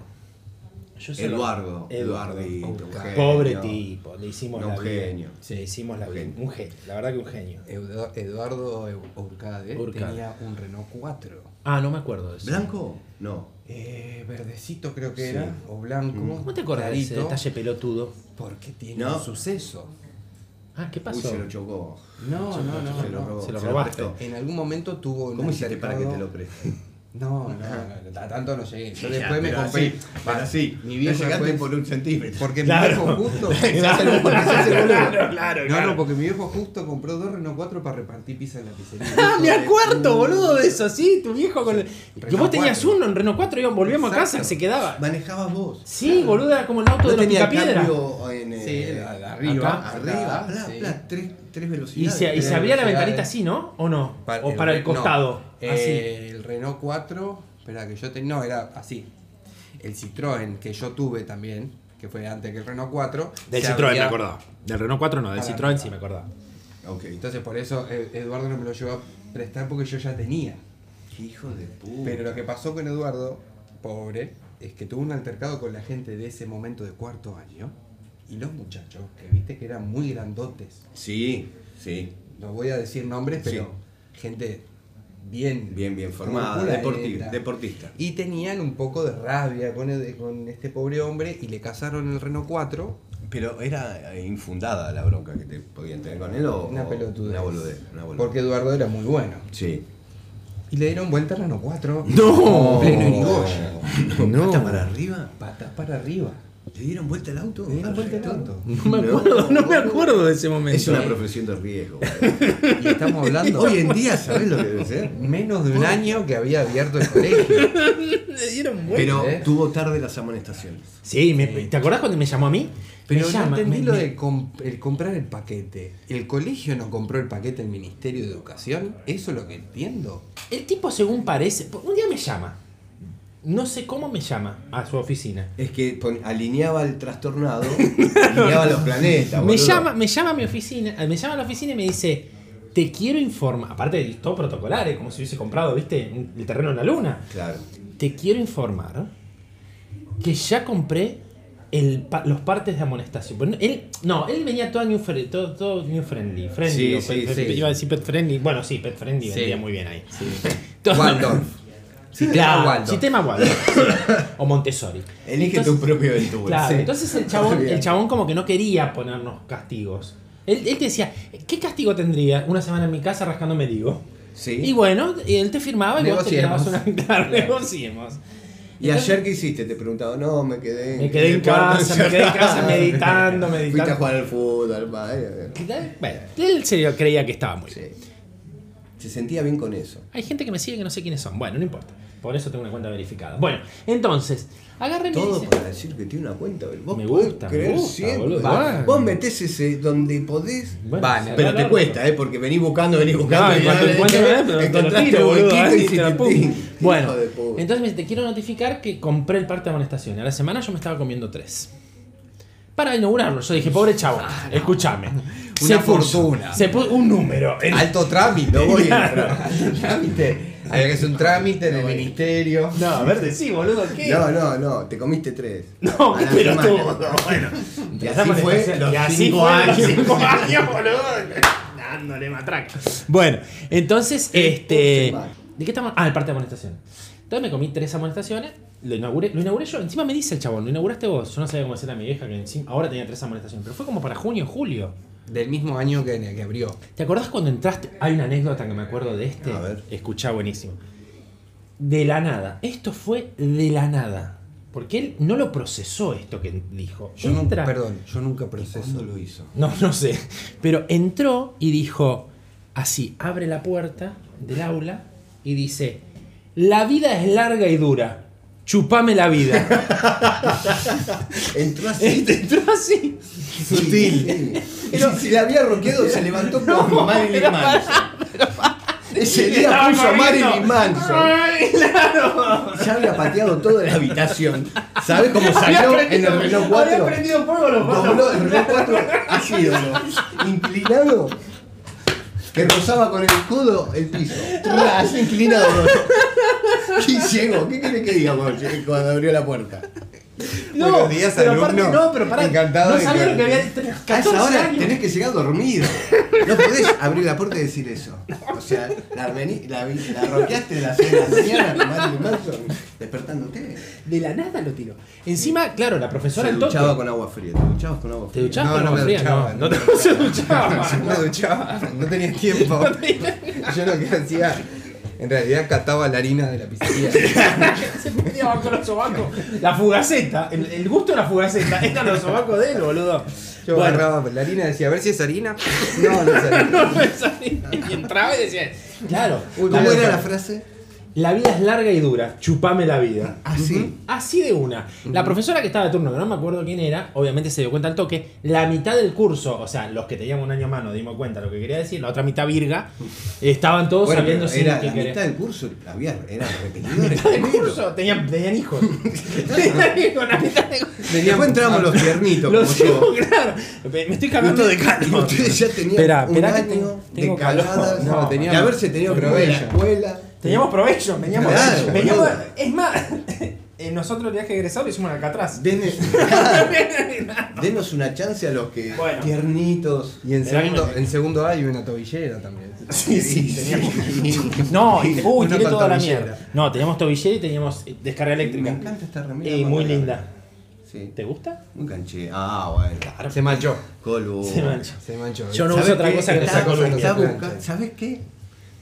Yo se lo- Eduardo. Eduardo. Eduardito, un genio. Pobre tipo, le hicimos No, la un vida. genio. Sí, le hicimos la Un vida. genio. Un genio, la verdad que un genio. Eudo- Eduardo Eu- Urcade Urcade. tenía un Renault 4. Ah, no me acuerdo de eso. ¿Blanco? No. Eh, verdecito creo que Sí. Mm. era, o blanco. ¿Cómo te acordás de ese clarito. detalle pelotudo? Porque tiene No. un suceso. Ah, ¿qué Uy, pasó? se lo chocó. No, no, no. se lo no. robó. Se lo robaste. prestó. En algún momento tuvo un ¿Cómo hiciste para que altercado- te lo Ah. preste? No, no, no, a tanto no llegué. Yo Ya, después me pero compré. así, pero Va, así. Mi viejo No llegaste después- por un centímetro. Porque Claro. mi viejo justo. Claro, claro, claro, no, claro. no, porque mi viejo justo compró dos Renault 4 para repartir pizza en la pizzería. Ah, me acuerdo, boludo, de eso, sí, tu viejo con el... Renault Que vos tenías 4. uno en Renault 4, íbamos, volvíamos a casa, Exacto. se quedaba. Manejabas vos. Sí, boludo, era como el auto No de los tenía picapiedras. cambio en, eh, Sí, la de arriba. acá. arriba, Acá, bla, sí. bla, tres, tres Y velocidades. se, y tres se abría la velocidades. ventanita así, ¿no? ¿O no? o para el, Re- no, costado. así. eh, El Renault 4, espera que yo tenía. No, era así. El Citroën que yo tuve también, que fue antes que el Renault 4. se abría- Del Renault 4 no, del Para- Citroën sí me acordaba. Ok. Entonces por eso eh, Eduardo no me lo llevó a prestar porque yo ya tenía. Qué hijo de puta. Uh. Pero lo que pasó con Eduardo, pobre, es que tuvo un altercado con la gente de ese momento de cuarto año. Y los muchachos, que viste que eran muy grandotes. Sí, sí. No voy a decir nombres, pero gente bien. Bien, bien formada. corpulenta. deporti- deportista. Y tenían un poco de rabia con, el- con este pobre hombre y le cazaron el Renault 4. Pero era eh, infundada la bronca que te podían tener con él o. Una o- Oh, pelotudez. Una boludez. Una boludez. Porque Eduardo era muy bueno. Sí. Y le dieron vuelta al Renault 4. ¡No! En Pleno Irigoyen. No. ¿Pata para arriba? Patas para arriba. ¿Le dieron vuelta al auto? Le dieron vuelta el auto. No me acuerdo, no me acuerdo de ese momento. Es una ¿eh? profesión de riesgo. Y estamos hablando Hoy en día, ¿sabés lo que debe ser? menos de un año que había abierto el colegio. Le dieron vuelta. Pero ¿eh? tuvo tarde las amonestaciones. Sí, me- ¿te acordás cuando me llamó a mí? Pero me no llama, entendí me- lo me- de comp- el comprar el paquete. El colegio no compró el paquete al Ministerio de Educación. Eso es lo que entiendo. El tipo, según parece, un día me llama. No sé cómo me llama a su oficina. Es que pon- alineaba el trastornado, alineaba los Ah, planetas. Me boludo. llama, me llama a mi oficina, eh, me llama a la oficina y me dice, te quiero informar, aparte de todo protocolar, eh, como si hubiese comprado, viste, un- el terreno en la luna. Claro. Te quiero informar que ya compré el pa- los partes de amonestación. Pero no- él, no, él venía todo new, fri- todo, todo new friendly. friendly Sí, o sí, pet- sí. Iba a decir pet friendly. Bueno, sí, pet friendly Sí. vendría muy bien ahí. Todo- Waldorf. Sí, Sistema claro, Waldorf. sistema Waldorf. Sí. O Montessori. Elige tu Entonces- propia aventura. Claro, Sí. entonces el chabón, Bien. el chabón como que no quería ponernos castigos. Él, él te decía, ¿qué castigo tendría una semana en mi casa rascándome digo? Sí. Y bueno, él te firmaba y vos te Negociemos. quedabas una claro, negociemos. ¿Y ayer qué hiciste? Te preguntaba, no, me quedé. Me quedé en cuarto casa, me quedé en casa encerrado. meditando, Fuiste a meditando. jugar al fútbol, al padre. Bueno, él se creía que estaba muy bien. Sí. Se sentía bien con eso. Hay gente que me sigue que no sé quiénes son. Bueno, no importa. Por eso tengo una cuenta verificada. Bueno, entonces, agarren y Todo dice- para decir que tiene una cuenta. boludo. Vos Me podés gusta, me creer gusta, siempre. boludo. Va, Van. Vos metés ese donde podés. Bueno, Van, cerrá Pero el te orto. cuesta, ¿eh? Porque venís buscando, venís buscando. No, en y cuanto ya- encuentro, eh, pero te lo encontraste tiro, boludo, huequito ahí y te la hiciste- pum. hijo Bueno, de puta. entonces me dice, te quiero notificar que compré el parte de amonestación. A la semana yo me estaba comiendo tres. Para inaugurarlo, yo dije, pobre chavo, Ah, escúchame. Una puso- fortuna. se puso un número. en- Alto trámite. No voy a entrar. Alto trámite. Había que hacer un trámite en el ministerio. No, a ver, decí, boludo, ¿qué? No, no, no, te comiste tres. No, A la pero semana. todo. Bueno, Y así fue los y así cinco fue años. los cinco años, boludo. Dándole matraca. Bueno, entonces, este. por semana. ¿De qué estamos? Ah, el parte de amonestación. Entonces me comí tres amonestaciones. Lo inauguré, lo inauguré yo. Encima me dice el chabón, lo inauguraste vos. Yo no sabía cómo hacer a mi vieja, que encima, ahora tenía tres amonestaciones. Pero fue como para junio, julio. Del mismo año que, que abrió. ¿Te acordás cuando entraste? Hay una anécdota que me acuerdo de este. A ver. Escuchá, buenísimo. De la nada. Esto fue de la nada. Porque él no lo procesó esto que dijo. Yo no, Entra- perdón, yo nunca proceso. lo hizo? No, no sé. Pero entró y dijo, así, abre la puerta del aula y dice, la vida es larga y dura. Chupame la vida. Entró así. Este, entró así. Sutil. Pero si la había roqueado, se levantó con Marilyn Manson. Ese día Estaba puso a corriendo. Marilyn Manson. Ay, claro. Ya había pateado toda la habitación. ¿Sabes cómo Había salió en prendido- el reloj Había 4? prendido fuego los Dobló el reloj 4 así, dobló. Inclinado. Que rozaba con el codo el piso. Tra, Así inclinado. Y llegó. ¿Qué quiere que diga cuando cuando abrió la puerta? No, Buenos días, pero alumno. aparte, no, pero pará. Encantado no de sabía lo que había. conocerte. A esa 14 hora años. tenés que llegar dormido. No podés abrir la puerta y decir eso. O sea, la, armeni- la, vi- la roqueaste de las 6 de la mañana con Marilyn Manson despertándote. De la nada lo tiró. Encima, claro, la profesora Se al toque. duchaba con agua fría. Te duchabas con agua ¿Te fría. duchabas No, con no agua me fría? duchaba, No, no, no me no se duchaba. Yo me duchaba, no tenía tiempo. Yo lo que hacía, en realidad cataba la harina de la pizzería. Se metía bajo los sobacos. La fugaceta, el, el gusto de la fugaceta, eran los sobacos de él, boludo. Yo Bueno. agarraba la harina y decía, a ver si es harina. No, no es harina. No me salía. Y entraba y decía, claro, Uy, ¿Cómo Claro. era la frase? la vida es larga y dura, chupame la vida. Así. Así de una. La profesora que estaba de turno, que no me acuerdo quién era, obviamente se dio cuenta al toque. La mitad del curso, o sea, los que teníamos un año a mano dimos cuenta de lo que quería decir, la otra mitad virga, estaban todos Bueno, sabiendo pero sin era qué la querer. mitad del curso, había, eran repetidores. del curso tenían, tenían hijos. tenían hijos, la mitad del curso. Después entramos los tiernitos, Lo como yo. sigo, claro. Me me estoy cagando de Y calor. Ustedes ya tenían Esperá, un esperá que año tengo- tengo de calor. caladas. No, de teníamos- haberse tenido que ir a la Provecho. escuela. Teníamos provecho, veníamos. Claro, veníamos- boludo. es más, eh, nosotros el viaje de egresado lo hicimos en Alcatraz. Denos, denos una chance a los que Bueno. tiernitos. Y en Era segundo, como- en segundo A hay una tobillera también. sí, sí, teníamos. teníamos. No, y- uy, Una tiré toda la pantorrillera. mierda. No, teníamos tobillera y teníamos eh, descarga Me eléctrica. encanta esta remera. Y muy boludo. linda. Sí. ¿Te gusta? Un canché. Ah, bueno. Se manchó. Colo. Se mancha. Se manchó. Yo no ¿Sabés uso otra qué? cosa que no Está- sea color. está blanca. busca- ¿Sabés qué?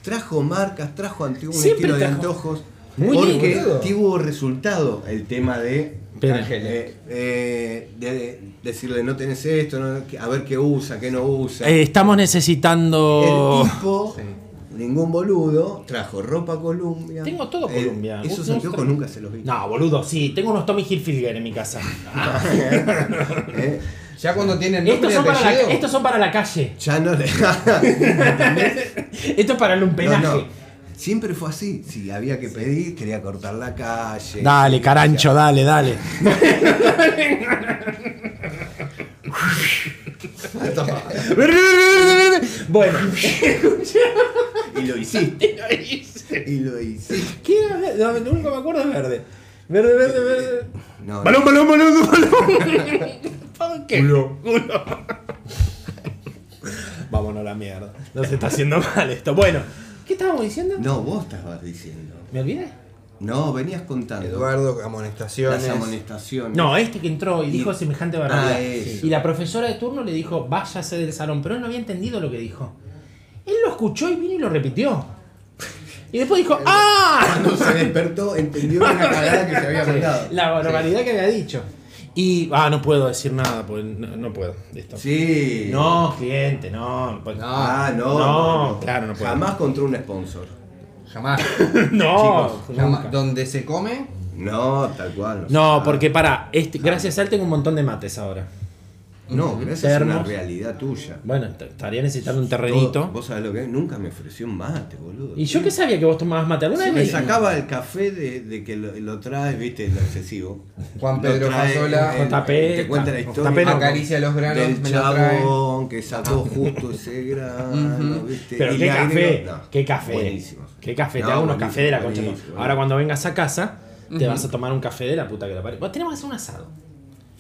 Trajo marcas, trajo antiguo un Siempre estilo de trajo. antojos. Muy porque lindo. tuvo resultado el tema de Esperen. Ángel. Eh, eh, de- de- decirle, no tenés esto, no- a ver qué usa, qué no usa. Eh, oh. estamos El necesitando. tipo, Sí. ningún boludo, trajo ropa Colombia. Tengo todo Eh, Colombia. esos Vos- vos anteojos tra- nunca se los vi. No, boludo, sí, tengo unos Tommy Hilfiger en mi casa. Eh, Ya cuando tienen nombre Estos y son, para la, apellido. estos son para la calle. ya no le. Esto es para el No, lumpenaje. no. Siempre fue así. Si había que pedir, quería cortar la calle. Dale, carancho, dale, dale. bueno, Y lo hiciste. Y lo hiciste. ¿qué era verde? Lo único que me acuerdo es verde. Verde, verde, verde. No, Balón, balón, balón, balón. ¿Qué? Culo. Vámonos a la mierda. Nos está haciendo mal esto. Bueno, ¿qué estábamos diciendo? no, vos estabas diciendo. ¿Me olvidé? No, venías contando. Eduardo, amonestaciones. Las amonestaciones. No, este que entró y dijo semejante barbaridad. Ah, eso. y la profesora de turno le dijo, váyase del salón, pero él no había entendido lo que dijo. Él lo escuchó y vino y lo repitió. Y después dijo, ¡ah! Cuando se despertó, entendió la cagada que se había mandado. La barbaridad que había dicho. Y, ah, no puedo decir nada, porque no, no puedo. Esto. Sí. No, cliente, no. pues- Ah, no. No, claro, no puedo. Jamás contra un sponsor. Jamás. No, Chicos, nunca. jamás. Donde se come, No, tal cual. No, Ah, porque para, este, gracias a él tengo un montón de mates ahora. No, pero esa es una Termos. realidad tuya. Bueno, t- estaría necesitando un Todo- terrenito. Vos sabés lo que es. Nunca me ofreció un mate, boludo. Y yo que sabía que vos tomabas mate. ¿Alguna vez me me- sacaba el café de, de que lo, lo traes, viste, lo excesivo. Juan Lo Pedro trae, Fasola, el- JP, Te cuenta la JP, historia. no. Acaricia los granos, Del me lo trae. chabón que sacó justo ese grano, viste. Pero y qué le café, agregó- no, qué café. Buenísimo. Qué café, No, te hago unos buenísimo, café de la concha. de tu- buenísimo. Ahora cuando vengas a casa, te vas a tomar un café de la puta que la parió. Vos tenemos que hacer un asado.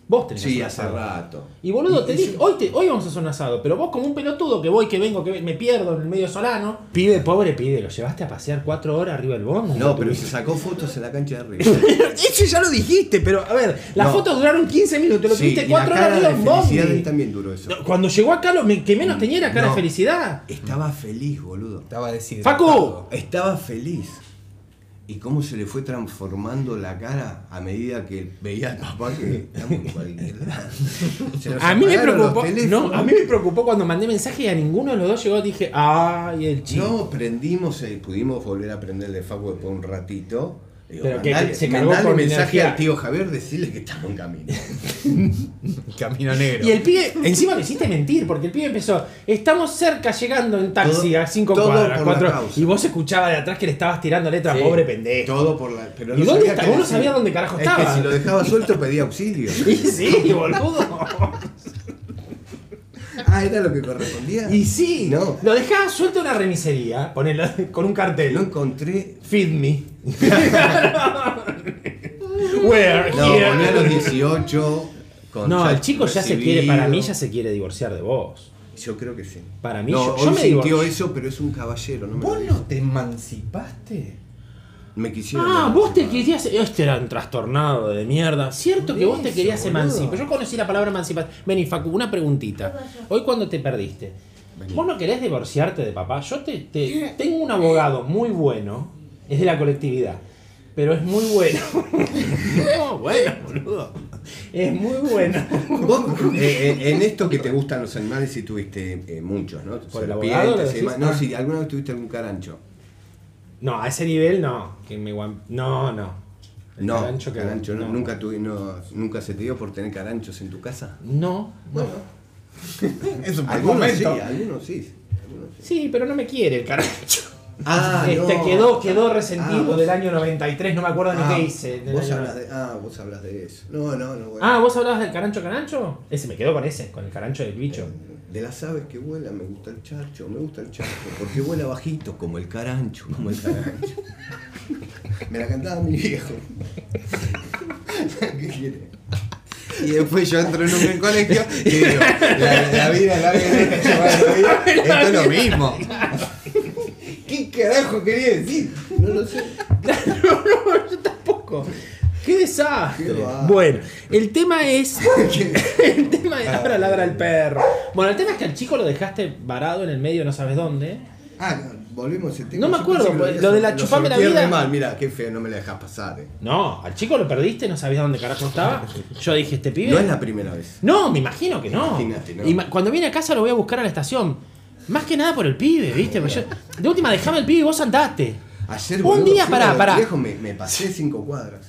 Vos tenés que Sí, hacer hace un asado. rato. Y boludo, te dije, hoy, te- hoy vamos a hacer un asado, pero vos como un pelotudo que voy, que vengo, que ve- me pierdo en el medio solano. Pibe, pobre pibe, lo llevaste a pasear cuatro horas arriba del bono. No, pero se sacó fotos en la cancha de arriba. Eso ya lo dijiste, pero a ver, las No. fotos duraron 15 minutos, lo Sí, tuviste y la cuatro horas cara arriba de en bondi. felicidad de él también duró eso. No, Cuando llegó acá, lo me- que menos tenía era No. cara de felicidad. Estaba feliz, boludo. estaba decidido. ¡Facu! Estaba feliz. Y cómo se le fue transformando la cara a medida que veía al papá que estamos en cualquier lado. Se nos A mí me apagaron los preocupó, teléfonos. no, a mí me preocupó cuando mandé mensaje y a ninguno de los dos llegó. Dije, ay, el chico. No, prendimos, eh, pudimos volver a prender de Facu después de un ratito. Digo, Pero que mandale- se cargó mandale con mensaje energía. al tío Javier, decirle que estamos en camino. Camino negro. Y el pibe, encima lo hiciste mentir, porque el pibe empezó, estamos cerca llegando en taxi Todo- a cinco todo cuadras, por la cuatro", causa. y vos escuchabas de atrás que le estabas tirando letra, Sí. pobre pendejo. Todo por la. Pero ¿Y dónde sabía está? qué Vos no decir. sabías dónde carajo Es que estaba. si lo dejaba suelto pedía auxilio. Y sí, boludo. Ah, era lo que correspondía. Y sí, No. lo dejaba suelto en una remisería, ponelo, con un cartel. No encontré. Feed me. Where? No, Here. volví a los 18. Con eh, No, ya el chico ya se recibido. quiere, para mí ya se quiere divorciar de vos. Yo creo que sí. Para mí, no, yo- hoy yo me sintió divorcio. eso, pero es un caballero. No me, ¿Vos lo no te emancipaste? dijo. me quisieron. Ah, vos te emancipar. querías. Este era un trastornado de mierda. Cierto que vos te Eso, querías boludo. emancipar. Yo conocí la palabra emancipar. Vení, Facu, una preguntita. Hoy cuando te perdiste, ¿vos no querés divorciarte de papá? Yo te, te- tengo un abogado muy bueno. Es de la colectividad. Pero es muy bueno. No, bueno, boludo. Es muy bueno. Vos, eh, eh, en esto que te gustan los animales, si tuviste eh, muchos, ¿no? ¿Por el Serpientes abogado lo y decís? demás. No, Ah. si alguna vez tuviste algún carancho. No, a ese nivel no. Que me guam- No, no. El No, carancho que- carancho, no, Nunca, tuve, no, nunca se te dio por tener caranchos en tu casa. No, no. Es un Algunos sí, algunos sí. algunos sí. Sí, pero no me quiere el caracho. Ah, este, no. quedó, quedó resentido Ah, vos- del año 93, no me acuerdo Ah, ni qué hice. del Vos año hablas de, ah, vos hablas de eso. No, no, no. bueno. Ah, ¿vos hablabas del carancho carancho? Ese me quedó con ese, con el carancho del bicho. De las aves que vuelan, me gusta el charcho, me gusta el charcho, porque vuela bajito, como el carancho, como el carancho. Me la cantaba mi viejo. ¿Qué quiere? Y después yo entro en un colegio y digo, la, la vida, la vida, la vida, esto es lo mismo. ¿Qué carajo quería decir? No lo sé. Yo tampoco. ¡Qué desastre! Qué va. bueno, el tema es. ¿Qué? Ah. el tema es. Ahora ladra el perro. Bueno, el tema es que al chico lo dejaste varado en el medio, no sabes dónde. Ah, no, Volvemos a ese tema. No me Yo acuerdo, pensé que pues, habías- lo de la chupame la sorteé re vida. mal, mira, qué feo, no me la dejas pasar. eh. No, al chico lo perdiste, no sabías dónde carajo estaba. Yo dije, este pibe. No es la primera vez. No, me imagino que no. Imagínate, ¿no? Ima- Cuando viene a casa lo voy a buscar a la estación. Más que nada por el pibe, ¿viste? Porque yo- de última, dejame el pibe y vos andate. Ayer, Un boludo, día, fui pará, a lo pará. Viejo, me, me pasé cinco cuadras.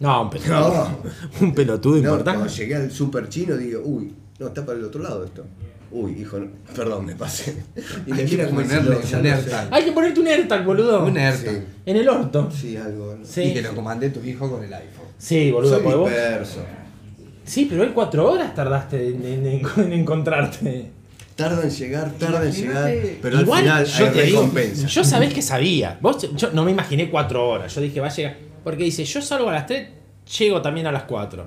No, un pelotudo. No, Un pelotudo no, cuando importante. llegué al super chino digo, uy, no, está para el otro lado esto. Uy, hijo, no- perdón, me pasé. Y Hay me que mira como ponerle diciendo, ya no un AirTag. Hay que ponerte un AirTag, boludo. Un Sí. AirTag. En el orto. sé. Sí, algo. ¿no? Sí. Y que lo comandé tu hijo con el iPhone. Sí, boludo, Soy porque vos- disperso. Sí, pero hoy cuatro horas tardaste en, en- en- en encontrarte. Tarda en llegar, tarda en llegar, Imagínate. pero Igual, al final hay te digo, recompensa. yo sabés que sabía. Vos, yo no me imaginé cuatro horas. Yo dije, va a llegar. Porque dice, yo salgo a las tres, llego también a las cuatro.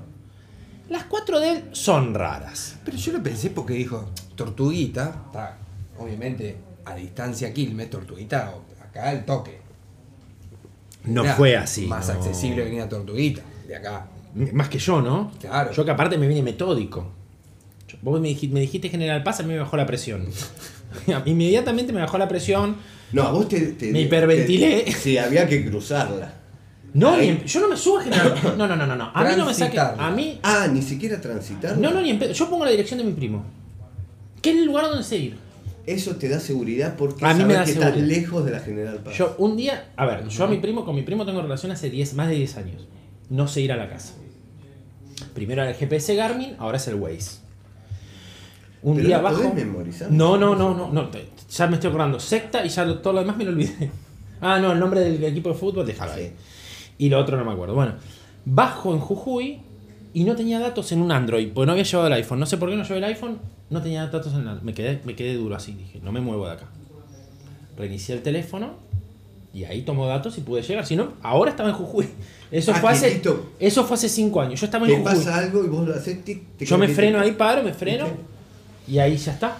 Las cuatro de él son raras. Pero yo lo pensé porque dijo, Tortuguita, está obviamente a distancia Quilmes, Tortuguita o acá al toque. No Era fue así. Más no. accesible venir a Tortuguita, de acá. M- Más que yo, ¿no? Claro. Yo que aparte me vine metódico. Yo- Vos me dijiste, me dijiste General Paz, a mí me bajó la presión. Inmediatamente me bajó la presión. No, a vos te. te- Me hiperventilé. te- sí, había que cruzarla. No, Ahí. ni en- yo no me subo a General Paz. No, no, no, no. no. A mí no me saquen. Transitarla. A mí. Ah, ni siquiera transitar. No, no, ni en pedo. Yo pongo la dirección de mi primo. ¿Qué es el lugar donde sé ir? Eso te da seguridad porque A mí me sabes da que estás seguridad. lejos de la General Paz. Yo un día, a ver, yo a mi primo, con mi primo tengo relación hace 10, más de 10 años. No sé ir a la casa. Primero era el GPS Garmin, ahora es el Waze. Un Pero día lo podés bajo. memorizar. No, no, no, no, no, te- ya me estoy acordando. Secta y ya lo- todo lo demás me lo olvidé. Ah, no, el nombre del equipo de fútbol, déjalo ahí. Y lo otro no me acuerdo. Bueno, bajo en Jujuy y no tenía datos en un Android, porque no había llevado el iPhone. No sé por qué no llevé el iPhone, no tenía datos en el Android. Me quedé, me quedé duro así, dije, no me muevo de acá. Reinicié el teléfono y ahí tomó datos y pude llegar. Si no, ahora estaba en Jujuy. Eso, Ah, fue, hace, quietito. eso fue hace cinco años. Yo estaba en Te Jujuy. pasa algo y vos lo haces tic, te Yo me quedas freno ahí, quietito. paro, me freno ¿Viste? y ahí ya está.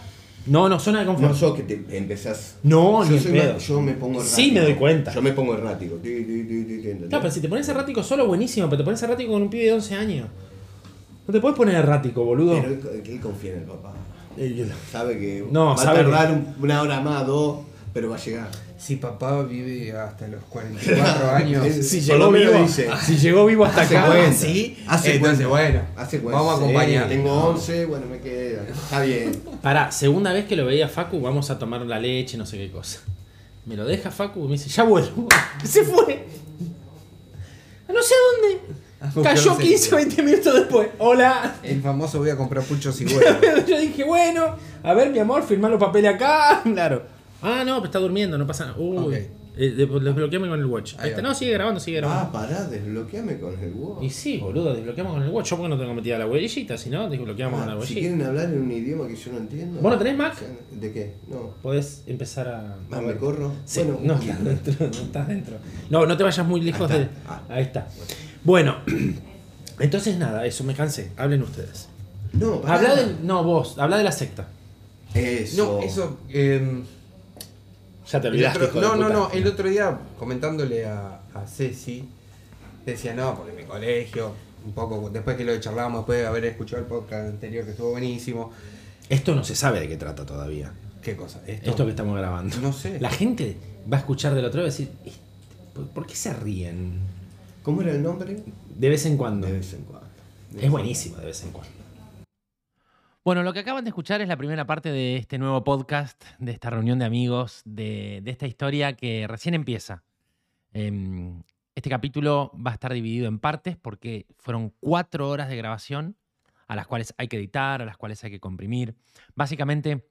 No, no, zona de confort. No sos que te empezás. No, yo ni en soy pedo. más- yo me pongo errático. Sí, me doy cuenta. Yo me pongo errático. Ti, ti, ti, ti, ti, ¿entendés? Claro, pero si te pones errático solo, buenísimo, pero te pones errático con un pibe de 11 años. No te puedes poner errático, boludo. Eh, Pero eh, él, él confía en el papá. Él sabe que No, va sabe a tardar un- una hora más, dos, pero va a llegar. Si papá vive hasta los 44 años. Sí, sí. si, por llegó lo menos vivo, dice. si llegó vivo hasta Hace acá, cuenta. sí. eh, Entonces, Hace Entonces, bueno, Hace cuenta. vamos a Sí, acompañar. Tengo 11, bueno, me quedé. Está bien. Pará, segunda vez que lo veía a Facu, vamos a tomar la leche, no sé qué cosa. Me lo deja Facu y me dice, ya vuelvo. Se fue. A No sé a Ah, dónde. porque Cayó no sé. 15, 20 minutos después. Hola. El famoso voy a comprar puchos y huevos. Yo dije, bueno, a ver, mi amor, firmá los papeles acá. Claro. Ah, no, pero está durmiendo, no pasa nada. Uy. Ok. Eh, de- desbloqueame con el watch. Ahí Ahí está. va. No, sigue grabando, sigue grabando. Ah, pará, desbloqueame con el huevo. Y sí, boludo, desbloqueamos con el watch. Yo porque no tengo metida la huellita, si no, desbloqueamos con la Ah, si huellita. quieren hablar en un idioma que yo no entiendo. ¿Vos no tenés Mac? ¿De qué? No. Podés empezar a. Ah, me corro. Sí, Bueno, no, estás dentro, no estás dentro. No, no te vayas muy lejos Ahí de. está. Ah. Ahí está. Bueno, entonces nada, eso me cansé. Hablen ustedes. No, pará. Habla de. No, vos, habla de la secta. Eso. No, eso. eh, Ya te el olvidaste. otro- hijo de no, no, puta. no. El otro día comentándole a, a Ceci, decía, no, porque mi colegio, un poco, después que lo charlábamos, después de haber escuchado el podcast anterior que estuvo buenísimo. Esto no se sabe de qué trata todavía. ¿Qué cosa? Esto, Esto que estamos grabando. No sé. La gente va a escuchar del otro lado y va a decir, "Este, ¿por- ¿por qué se ríen? ¿Cómo era el nombre? De vez en cuando. De vez en cuando. Es buenísimo de vez en cuando. Bueno, lo que acaban de escuchar es la primera parte de este nuevo podcast, de esta reunión de amigos, de, de esta historia que recién empieza. Em, Este capítulo va a estar dividido en partes porque fueron cuatro horas de grabación a las cuales hay que editar, a las cuales hay que comprimir. Básicamente,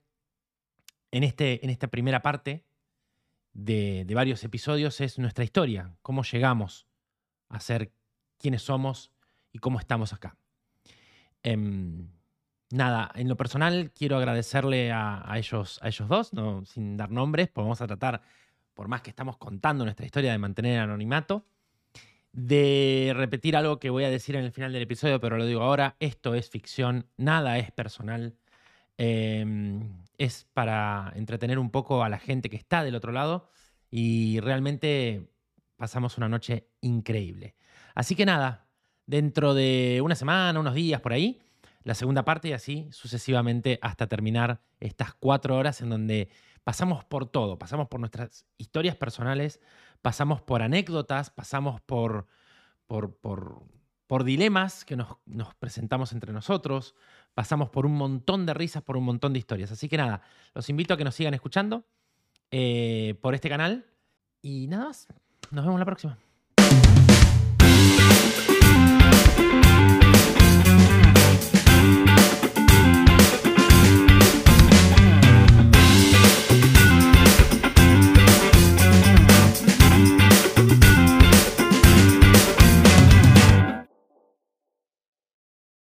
en, este, en esta primera parte de, de varios episodios es nuestra historia, cómo llegamos a ser quienes somos y cómo estamos acá. Em, nada, en lo personal quiero agradecerle a, a ellos, a ellos dos, no, sin dar nombres, porque vamos a tratar, por más que estamos contando nuestra historia, de mantener el anonimato, de repetir algo que voy a decir en el final del episodio, pero lo digo ahora, esto es ficción, nada es personal, em, es para entretener un poco a la gente que está del otro lado y realmente pasamos una noche increíble. Así que nada, dentro de una semana, unos días por ahí, la segunda parte y así sucesivamente hasta terminar estas cuatro horas en donde pasamos por todo, pasamos por nuestras historias personales, pasamos por anécdotas, pasamos por, por, por, por dilemas que nos, nos presentamos entre nosotros, pasamos por un montón de risas, por un montón de historias. Así que nada, los invito a que nos sigan escuchando eh, por este canal y nada más, nos vemos la próxima.